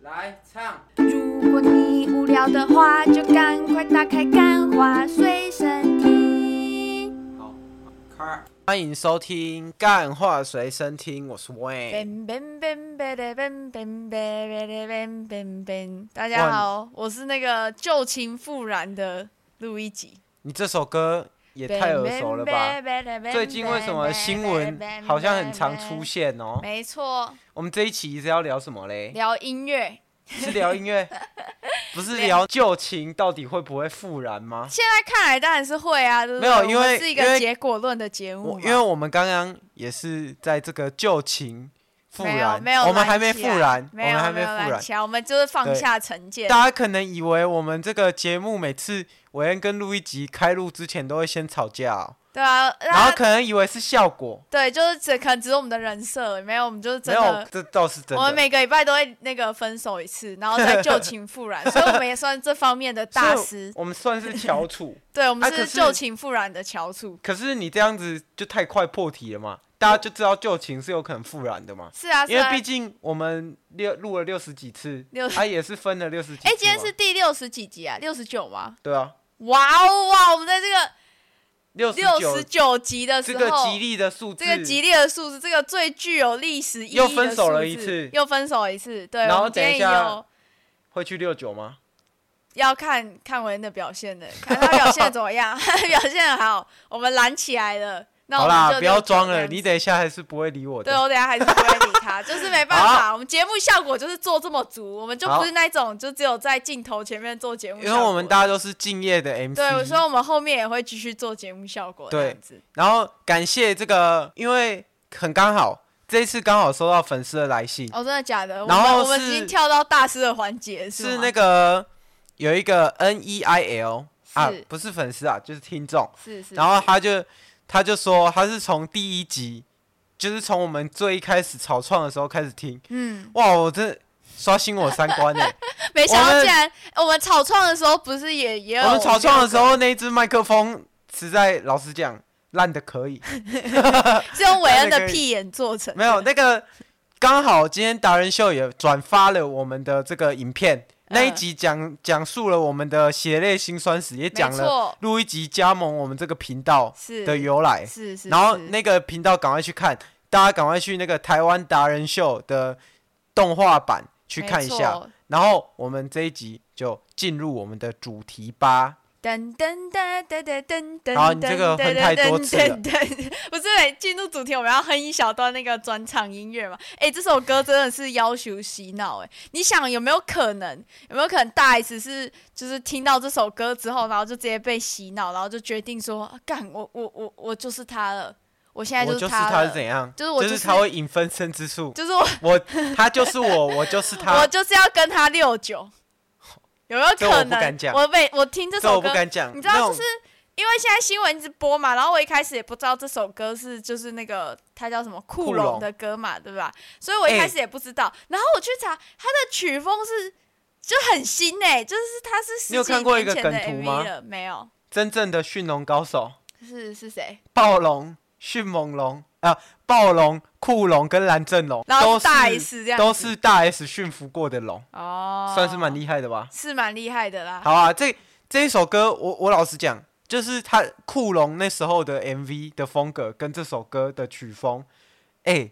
来唱，如果你无聊的话，就赶快打开《干花随身听好，开。欢迎收听《干话随身听》，我是》。Wayne。 ben ben ben ben ben ben ben ben ben ben ben。大家好，我是那个旧情复燃的路易吉。你这首歌也太耳熟了吧？最近为什么新闻好像很常出？现哦？没错，我们这一期是要聊什么嘞？聊音乐。是聊音 乐，不是聊旧情到底会不会复燃吗？现在看来当然是会啊，对不对？没有因为我们是一因个为结果论的节目我嘛，因为我们刚刚也是在这个旧情复没有燃，没有我们燃还没起复来燃，我没有们还没没有复燃燃。起来，我们就是放对下成见，大家可能以为我们这个节目每次韦恩跟录一集开录之前都会先吵架哦、对啊，然然后后可能以为是效果，对，就是只可能只是我们的人设，没有我们就是没真有的，。这倒是真我们的。每个礼拜都会那个分手一次，然 后再旧情复燃，所以我们也算这方面的大所以师。我们算是翘楚， 对，我们啊可是是旧情复燃的翘楚。可是你这样子就太快破题了嘛，大家就知道旧情是有可能复燃的嘛，是啊，是因为啊毕。竟我们六录了六十几次，六十他、也是分了六十几次哎嘛。，今天是第六十几集啊，六十九吗？对啊，哇哦哇！我们在这个六十六十九九集的这时个候，吉利的数字，这个吉利的数字，这个最具有历史意义的又分手了一数字次又分手了一次，对。然后我们今天等一下也有会去六九吗？要看看文的表现的，看他表现得怎 么样，表现得好，我们拦起来了。那我好们啦，就不要装这了，样子你等一下还是不会理我对的。我等一下还是不会理他， 就是没办法，我们节目效果就是做这么足，我们就不是那种就只有在镜头前面做节目效因果的，为我们大家都是嗯敬业的 MC，哦对，我说我们后面也会继续做节目效果这对样子，然后感谢这个，因为很刚好，这一次刚好收到粉丝的来信，哦，真的假的？我然们后我们已是经跳到大师的环节是吗那个有一个 N E I L 啊是，不是粉丝啊，就是听众。是是，然后他就他就说他是从第一集，就是从我们最一开始草创的时候开始听。嗯，哇，我真的刷新我三观欸 呢！没想我到们竟然我们草创的时候不是也也有我们草创的时我候那一只麦克风，实在老实讲烂的可以，们有 是用韦恩那的个屁眼做 成的，没有那个刚好今天达人秀也转发了我们的这个影片，那一嗯集讲讲述了我们的血泪辛酸史，也讲没了错，录一集加盟我们这个频道是的由来。是是，然后是那个频道赶快去看，大家赶快去那个台湾达人秀的动画版去看一，没下。错然后我们这一集就进入我们的主题吧。噔噔噔噔噔噔噔，好你这个哼太多次了噔噔噔不是每进入主题，我们要哼一小段那个转场音乐嘛？哎，这首歌真的是要求洗脑哎！你想有没有可能？有没有可能大 S 是就是听到这首歌之后，然后就直接被洗脑，然后就决定说，啊干我我我我就是他了，我现在我是就是他他了，是怎样？就是我就就是他会引分身之术。就是我我他就是我，我就是我 他。就是要跟他六九，有没有这我可不能？敢讲我每我听这这我首不歌，敢讲。你知道，那就种是因为现在新闻一直播嘛，然后我一开始也不知道这首歌是就是那个它叫什么酷酷龙龙哎的歌嘛，对吧？所以我一开始也不知道，然后我去查它的曲风是就很新哎、就是它是你十有几看过一年个前的梗图吗 MV 了，没有？真正的驯龙高手，是是谁？暴龙、迅猛龙啊、暴龙、酷龙跟蓝正龙然都后是大 S 这样子都是大 S 驯服过的龙，哦，算是蛮厉害的吧？是蛮厉害的啦。好啊，这这一首歌，我我老实讲，就是他酷龙那时候的 MV 的风格跟这首歌的曲风，哎、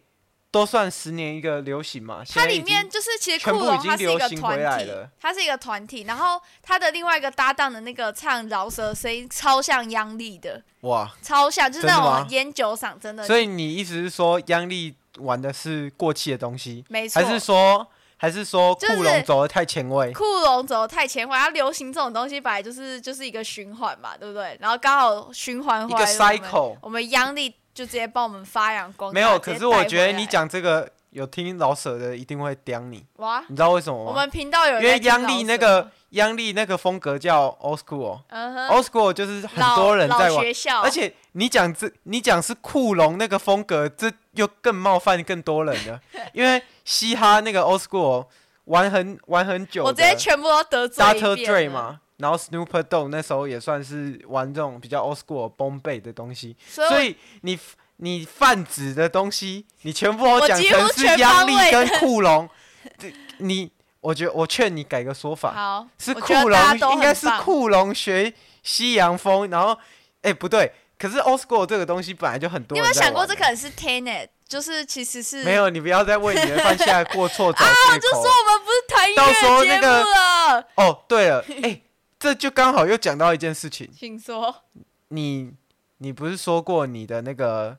都算十年一个流行嘛。现它在已里经面就是其实全酷部已龙经它是一个流行回来团体了，它是一个团体，然后它的另外一个搭档的那个唱饶舌声音超像央丽的，哇，超像，就是真那的吗种烟酒嗓，真的。所以你意思是说央丽玩的是过气的东西，没错还，是说还是说就是酷龙走的太前卫？酷龙走得太前卫，它流行这种东西本来就是就是一个循环嘛，对不对？然后刚好循环回来一个我们 cycle 我们央力就直接帮我们发扬光大。没有，直接可是我带觉回得来你讲这个有听老舍的一定会刁你，哇，你知道为什我么吗？们频道有人因为在听央老丽舍那个央丽那个风格叫 old school，哦、嗯哼， old school 就是很多人在老老玩，学校，而且你讲这，你讲是酷龙那个风格，这又更冒犯更多人 了，因为嘻哈那个 old school 哦玩很玩很久我的直接全部都得罪一 Dr. 遍 Dre 了，嘛，然后 Snoop Dogg 那时候也算是玩这种比较 old school 崩背的东西，所以所我以你你泛指的东西，你全部都我讲几乎成是全央方力位跟 的酷龙，这你我觉我劝你改个说法，好，是我觉得库大家都龙，应该很是棒库龙学西洋风，然后哎、不对，可是 Oscar 这个东西本来就很多人你有没有在想过玩这啊可能是 Tenet，就是其实是没有，你不要再为你的犯下的过错找 借口。啊我就说我们不是谈音到时候乐节那个目了，哦，对了，哎、这就刚好又讲到一件事情，请说。你你不是说过你的那个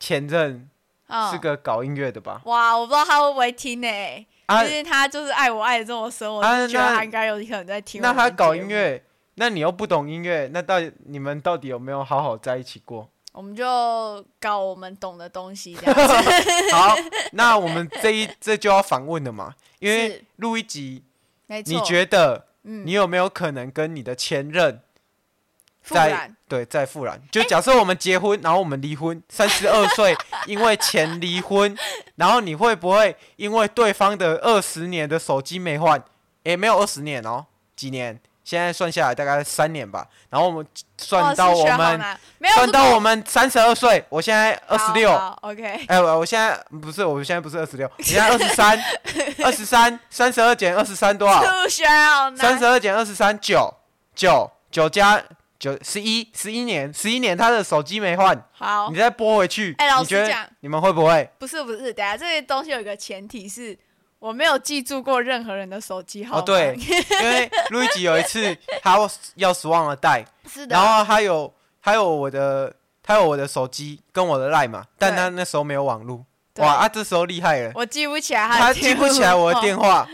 前任嗯是个搞音乐的吧？哇，我不知道他会不会听呢、啊毕，竟他就是爱我爱的这么深，我啊就觉得那他应该有可能在听我那们的节目。他搞音乐，那你又不懂音乐，那到底你们到底有没有好好在一起 过？我们就搞我们懂的东西，这样子好，那我们这一这就要反问了嘛，因为是录一集，没 错。你觉得嗯你有没有可能跟你的前任复在燃哎对再复燃？就假设我们结婚，然后我们离婚，三十二 岁因为钱离婚，然后你会不会因为对方的二十年的手机没换？诶，没有二十年哦，几年？现在算下来大概三年吧。然后我们算哇到数我学好们、难没有算如到果我们三十二岁，我现哦在二十六好。好，OK，哎、我我现在不是，我现在不是二十六，我现在二十三，二十三，三十二减二十三多少？数学好难。三十二减二十三，九九九加九十一，十一年，十一年他的手机没换，好你，再拨回去，哎老你实觉讲得你们会不会？不是不是，等下这些东西有一个前提是我没有记住过任何人的手机号哦，码。对，因为路易吉有一 次他钥匙忘了带，是的。然后他有他有我的他有我的手机跟我的 line 嘛，但对他那时候没有网络，对哇，啊，这时候厉害了，我记不起来他他的记电不起来我的话电话，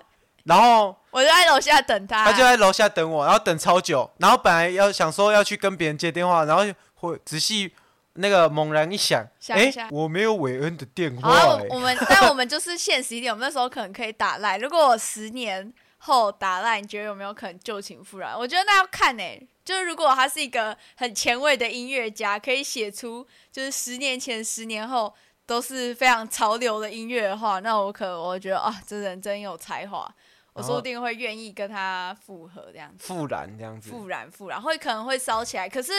然后。 我就在楼下等他，他就在楼下等我，然后等超久，然后本来要想说要去跟别人接电话，然后会仔细那个猛然一想，想一哎、下我没有韦恩的电好话、啊，欸我我们但我们就是现实一点，我们那时候可能可以打赖。如果我十年后打赖，你觉得有没有可能旧情复燃？我觉得那要看诶、就是如果他是一个很前卫的音乐家，可以写出就是十年前、十年后都是非常潮流的音乐的话，那我可我觉得啊，这人真有才华，我然说后不定会愿意跟他复合这样子，复燃这样子，复燃复燃会可能会烧起来，可是。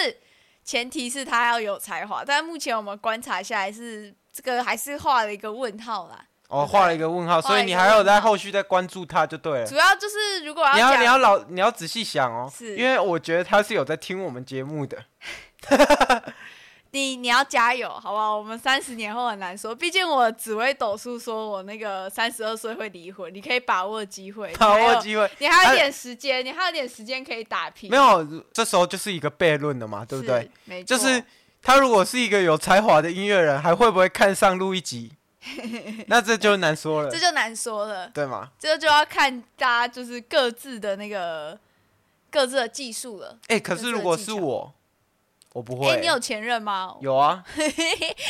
前提是他要有才华，但目前我们观察下来是这个还是画了一个问号啦。哦，画了一个问号，画所了以一个你还有在问号后续在关注他就对了主。要就是如果你讲，要你要老你要仔细想哦，是因为我觉得他是有在听我们节目的。你你要加油，好不好？我们三十年后很难说，毕竟我紫微斗数说我那个三十二岁会离婚，你可以把握机会，把你还握有机会，你还有点时间，你还有点时间可以打拼，没有，这时候就是一个悖论了嘛，对不对是？？没就错，是他如果是一个有才华的音乐人，还会不会看上路易 吉？那这就难说了这，就难说了，对吗？这就要看大家就是各自的那个各自的技术了。哎、可就是这如个果技是巧我，我不会哎、欸、你有前任吗？有啊？你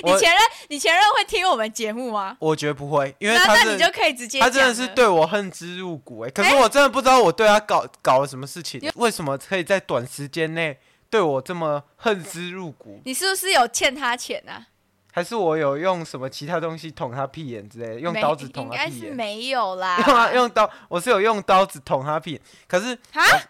我前任，你前任会听我们节目吗？我觉得不会，因为那他那是你就可以直接他真的讲是了对我恨之入骨哎、可是哎我真的不知道我对他搞搞了什么事情，为什么可以在短时间内对我这么恨之入骨？你是不是有欠他钱啊？还是我有用什么其他东西捅他屁眼之类的，用没刀子捅应他该屁是眼？没 有啦。用啊，用刀，我是有用刀子捅他屁眼，可 是啊？哦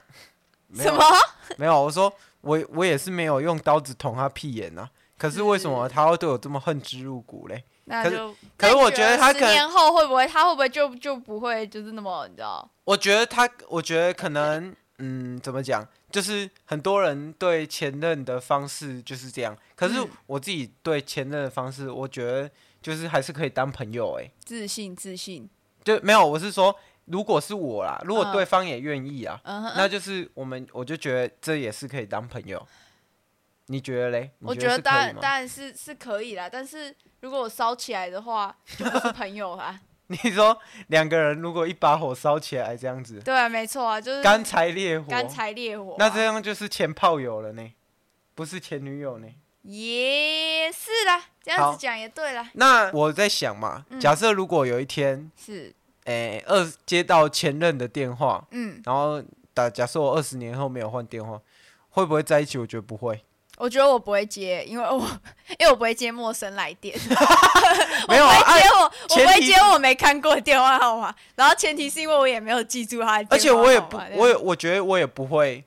没什有啊么？没有，我说我我也是没有用刀子捅他屁眼啊。可是为什嗯么他会对我这么恨之入骨嘞？那可是就可是那你我觉得他十可能年后会不会，他会不会就就不会就是那么你知道？我觉得他，我觉得可能，嗯，怎么讲，就是很多人对前任的方式就是这样。可是嗯我自己对前任的方式，我觉得就是还是可以当朋友、欸。自信自信，就没有，我是说，如果是我啦，如果嗯对方也愿意啊，嗯哼，那就是我们，我就觉得这也是可以当朋友。你觉得嘞？我你觉得是可当以然吗？当然是是可以啦，但是如果我烧起来的话，就不是朋友啊 啦。 你说两个人如果一把火烧起来这样子，对啊，没错啊，就是干柴烈火，干柴烈火啊、那这样就是前炮友了呢，不是前女友呢。也是啦，这样好子讲也对啦，那我在想嘛，假设如果有一天，是诶、二、接到前任的电话，嗯，然后打假设我二十年后没有换电话，会不会在一起？我觉得不会，我觉得我不会接，因为我因为我不会接陌生来电。 没有我不啊。会接我，我前不会提接我没看过的电话号码。然后前提是因为我也没有记住他的而且电话我也号不码，我也我觉得我也不会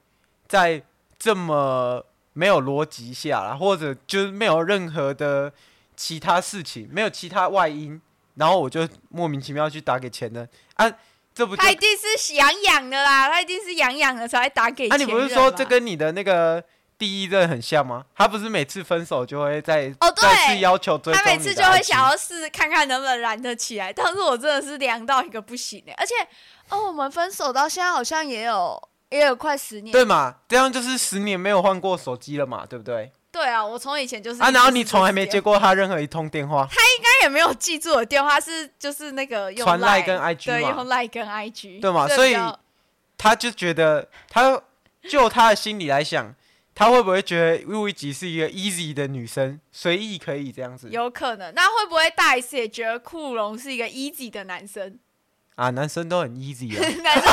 在这么没有逻辑下啦，或者就是没有任何的其他事情，没有其他外因，然后我就莫名其妙去打给前任啊。这不就他一定是痒痒的啦，他一定是痒痒的才会打给啊？前你任嘛。不是说这跟你的那个第一任很像吗？他不是每次分手就会再哦对再次要求追他踪每你次的就会 IG 想要试看看能不能燃得起来，但是我真的是凉到一个不行哎、而且哦，我们分手到现在好像也有也有快十年，对嘛？这样就是十年没有换过手机了嘛，对不对？对啊，我从以前就是啊，一直然后是你这从来样没子接过他任何一通电话，他也没有记住我电话是就是那个用传 Line Line 跟 IG 对，嘛用 Line 跟 IG 对嘛所以他就觉得他就他的心里来想，他会不会觉得陆一吉是一个 easy 的女生，随意可以这样子有可能。那会不会大 S 也觉得库龙是一个 easy 的男生？ 啊？男生都很 easy 啊。男生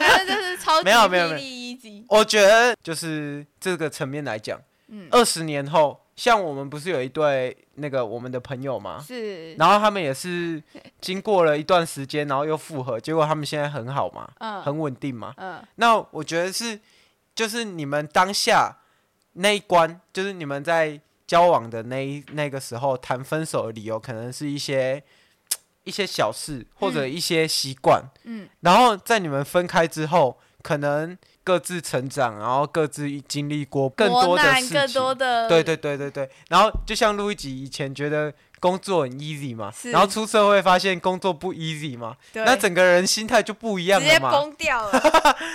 男生就是超级没有没有霹没有雳 easy，我觉得就是这个层面来讲，嗯二十年后，像我们不是有一对那个我们的朋友吗？是然后他们也是经过了一段时间，然后又复合，结果他们现在很好嘛，嗯很稳定嘛。嗯那我觉得是，就是你们当下那一关，就是你们在交往的那一那个时候谈分手的理由，可能是一些一些小事或者一些习惯，嗯，然后在你们分开之后，可能各自成长，然后各自经历过更多磨的难事情，更多的对对对对对，然后就像路易吉以前觉得工作很 easy 嘛，是然后出社会发现工作不 easy 嘛，对那整个人心态就不一样直接了嘛，崩掉了，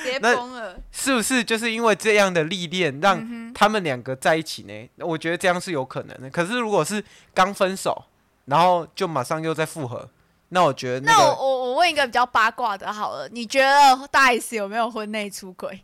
直接那崩了。是不是？就是因为这样的历练，让嗯哼他们两个在一起呢？我觉得这样是有可能的。可是如果是刚分手，然后就马上又再复合，那我觉得那那我个我我问一个比较八卦的好了，你觉得大 S 有没有婚内出轨？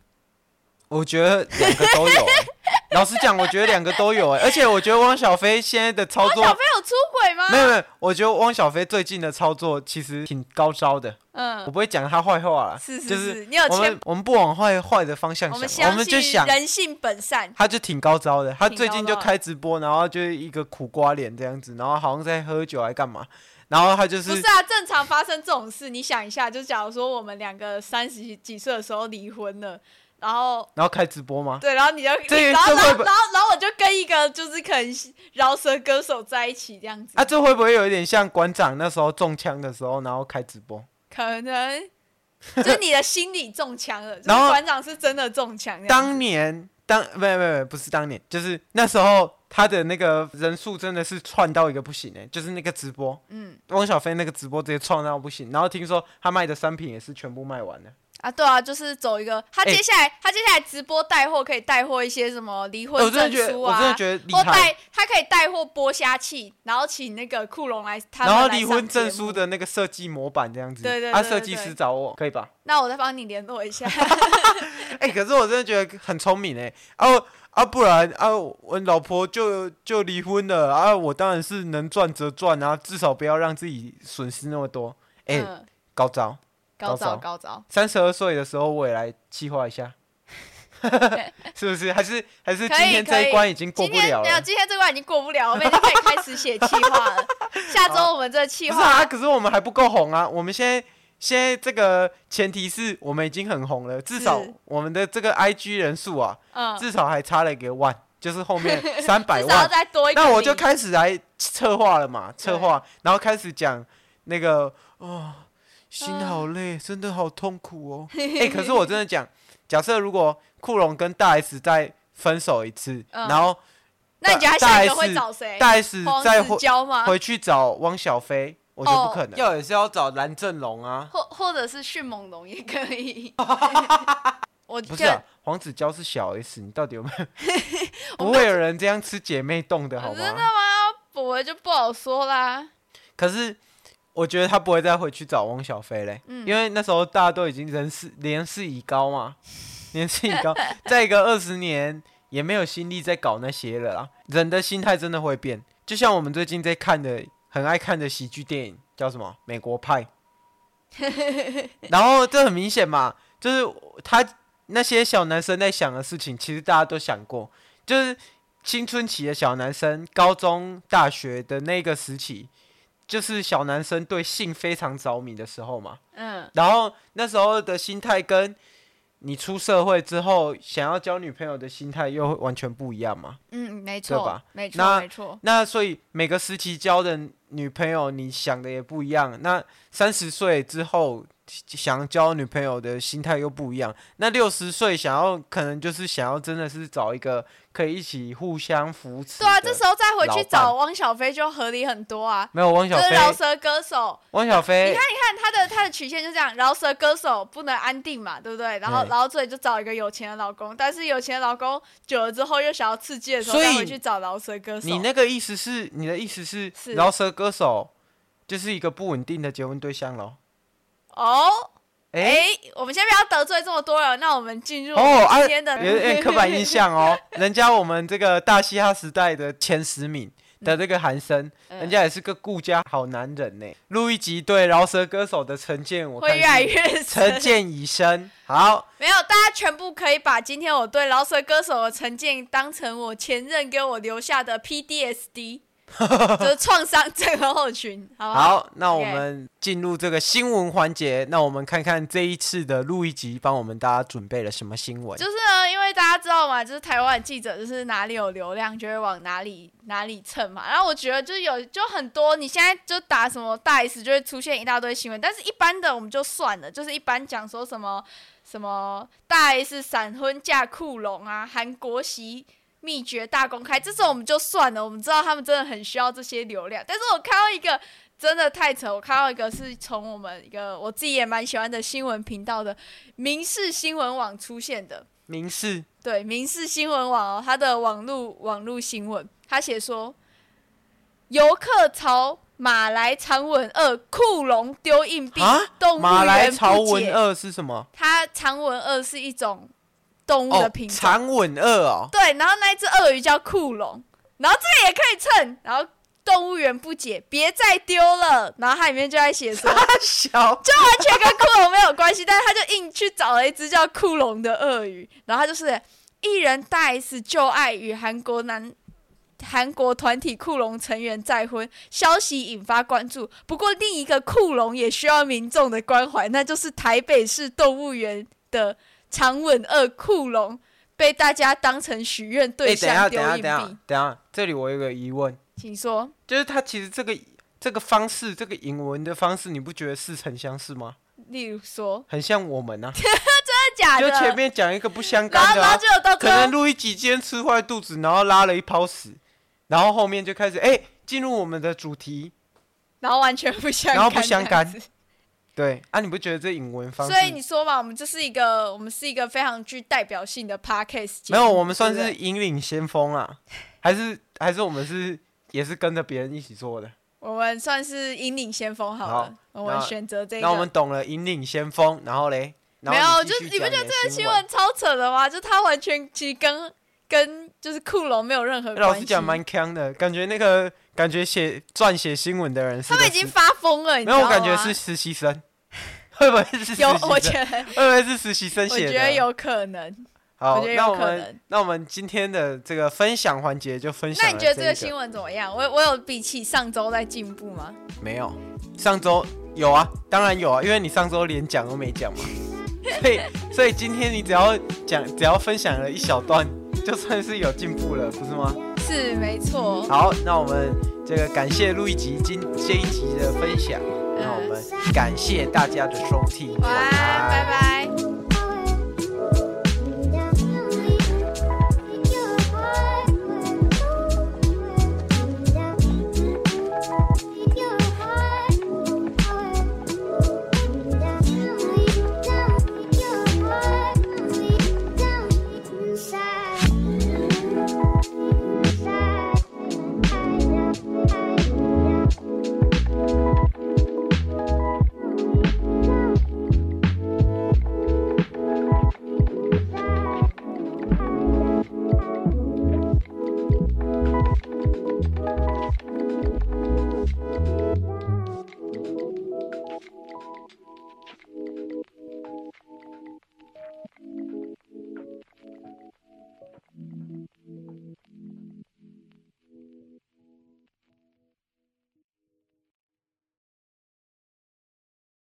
我觉得两个都 有欸、老实讲，我觉得两个都有欸、而且我觉得汪小菲现在的操汪小作菲有出轨吗？没有没有，我觉得汪小菲最近的操作其实挺高招的。我嗯，不会讲他坏话啦，是就是是是，你有我签们我们不往坏坏的方向我们想，我相们就信想人性本善，他就挺高招的，他挺最近高就招的开直播，然后就是一个苦瓜脸这样子，然后好像在喝酒还干嘛，然后他就不是是啊？正常发生这种事，你想一下，就假如说我们两个三十几岁的时候离婚了，然后然后开直播吗？对，然后 你就，这然后这然会后不然后然后我就跟一个就是可能饶舌歌手在一起这样子，啊，这会不会有一点像馆长那时候中枪的时候，然后开直播？可能就是你的心理中枪 了，就是然后馆长是真的中枪这样子。当年当没有没有没有不是当年，就是那时候他的那个人数真的是窜到一个不行哎、就是那个直播，嗯汪小菲那个直播直接窜到不行，然后听说他卖的商品也是全部卖完了。啊，对啊，就是走一个，他哎接下来、他接下来直播带货可以带货一些什么离哎我婚真的证觉得，书我啊，真的觉得厉或害。带他可以带货剥虾器，然后请那个库龙来，他们然后来离上婚证节书目，的那个设计模板这样子，对对啊，对设对计对师找我可以吧？那我再帮你联络一下。 哎、可是我真的觉得很聪明哎、啊啊，不然啊，我老婆就就离婚了啊，我当然是能赚则赚啊，至少不要让自己损失那么多。哎、嗯，高招！高高招招高招，三十二岁的时候我也来计划一下， 是不是？还是还是可今以天可这以一关已经过今不天了没有，了？今天这关已经过不了，我们已经可以开始写计划了。下周我们这计不 是啊，划可是我们还不够红啊，我们现在。现在这个前提是我们已经很红了，至少是我们的这个 IG 人数啊，嗯，至至少还差了一个万，就是后 面三百少要万。再多一个嗯那我就零开始来策划了嘛，策划，然后开始讲那个嗯哦，心好累，真的好痛苦 哦。哎、可是我真的讲，假设如果库龙跟大 S 再分手一次，嗯然后那你觉得他大下一个大 S- 会找谁？大 S 黄再子回佼 吗？回去找汪小菲，我觉得不可能，哦要也是要找蓝正龙啊。或或者是迅猛龙也可 以。我不、就是啊，黄子佼是小 S，你到底有没有？我不没会有人这样吃姐妹冻的啊好吗？真的吗？我就不好说啦。可是我觉得他不会再回去找汪小菲嘞，嗯因为那时候大家都已经人事年事已高嘛， 年事已高，再一个二十年也没有心力在搞那些了啦。人的心态真的会变，就像我们最近在看的很爱看的喜剧电影叫什么《美国派》，然后这很明显嘛，就是他那些小男生在想的事情，其实大家都想过，就是。青春期的小男生，高中、大学的那个时期，就是小男生对性非常着迷的时候嘛。嗯，然后那时候的心态跟你出社会之后想要交女朋友的心态又完全不一样嘛。嗯，没对错吧，没错，那没错。那所以每个时期交的女朋友，你想的也不一样。那三十岁之后想交女朋友的心态又不一样。那六十岁想要可能就是想要真的是找一个可以一起互相扶持的。对啊，这时候再回老去伴找汪小菲就合理很多啊。没有汪就小是饶菲，舌歌手，汪小你菲看，，你看他的他的曲线就这样，饶舌歌手不能安定嘛，对不对？然后，对然后所以就找一个有钱的老公，但是有钱的老公久了之后又想要刺激的时候，所以再回去找饶舌歌手。你那个意思是你的意思是是饶舌歌手就是一个不稳定的结婚对象喽？哦，哎、哎，我们先不要得罪这么多人，那我们进入哦啊，今有天的点刻板印。 象哦。人家我们这个大嘻哈时代的前十名的这个韩生，嗯人家也是个顾家好男人呢。录一集对饶舌歌手的成见，我看会越来是越成深，见已深。好，没有，大家全部可以把今天我对饶舌歌手的成见当成我前任给我留下的 PDSD，就是创伤症候群，好不好？好，那我 OK 们进入这个新闻环节。那我们看看这一次的录一集帮我们大家准备了什么新闻就。是呢，因为大家知道嘛，就是台湾的记者就是哪里有流量就会往哪里哪里蹭嘛。然后我觉得就是有就很多，你现在就打什么大 S 就会出现一大堆新闻，但是一般的我们就算了，就是一般讲说什么什么大 S 闪婚嫁库龙啊，韩国媳。秘诀大公开，这种我们就算了，我们知道他们真的很需要这些流量。但是我看到一个真的太扯，我看到一个是从我们一个我自己也蛮喜欢的新闻频道的民事新闻网出现的，民事对，民事新闻网哦，它的网络网络新闻，他写说，游客朝马来长吻二库龙丢硬币啊，动物马来园潮不文解。二是什么？它长吻二是一种动物的哦品，种，长吻二 哦，对，然后那一只鳄鱼叫库龙，然后这个也可以蹭，然后动物园不解，别再丢了，然后它里面就在写说，大 小哎就完全跟库龙没有关系，但是他就硬去找了一只叫库龙的鳄鱼，然后他就是艺人大 S 旧爱与韩国男。韩国团体库龙成员再婚消息引发关注，不过另一个库龙也需要民众的关怀，那就是台北市动物园的长吻鳄库龙被大家当成许愿对哎，等一下，象丢等一下，等硬一币。下，等一下，这里我有个疑问，请说，就是他其实这个这个方式，这个引文的方式，你不觉得似曾相识吗？例如说，很像我们啊，真的 假就的？前面讲一个不相然干后的、然后啊，就有到可最后能录一集今天吃坏肚子，然后拉了一泡屎，然后后面就开始哎进、入我们的主题，然后完全不相干，然后不相干。对啊，你不觉得这引文方式？所以你说嘛，我们就是一个，我们是一个非常具代表性的 podcast 节没目有，我们算对不是对引领先锋啊，还是还是我们是也是跟着别人一起做的？我们算是引领先锋好了。我们那选择这个，那我们懂了引领先锋，然后嘞，然没后有，你就继续你不讲觉得你这的个新新闻闻超扯的吗？就它完全其实跟跟就是库龙没有任何欸关系。老实讲，蛮坑的，感觉那个感觉写撰写新闻的人是他们个已经实发疯了，你知没道有，吗？我感觉是实习生，会不会是实习有生？，我觉得会不会是实习生我写的？觉得有可能。我好，觉得那有我可们能那我们今天的这个分享环节就分享那了一。你觉得这个新闻怎么样？我我有比起上周在进步吗？没有？上周有啊，当然有啊，因为你上周连讲都没 讲嘛，所以所以今天你只要讲，只要分享了一小段，就算是有进步了，不是吗？是没错。好，那我们这个感谢录一集今这一集的分享，那我们感谢大家的收听，晚安，拜拜。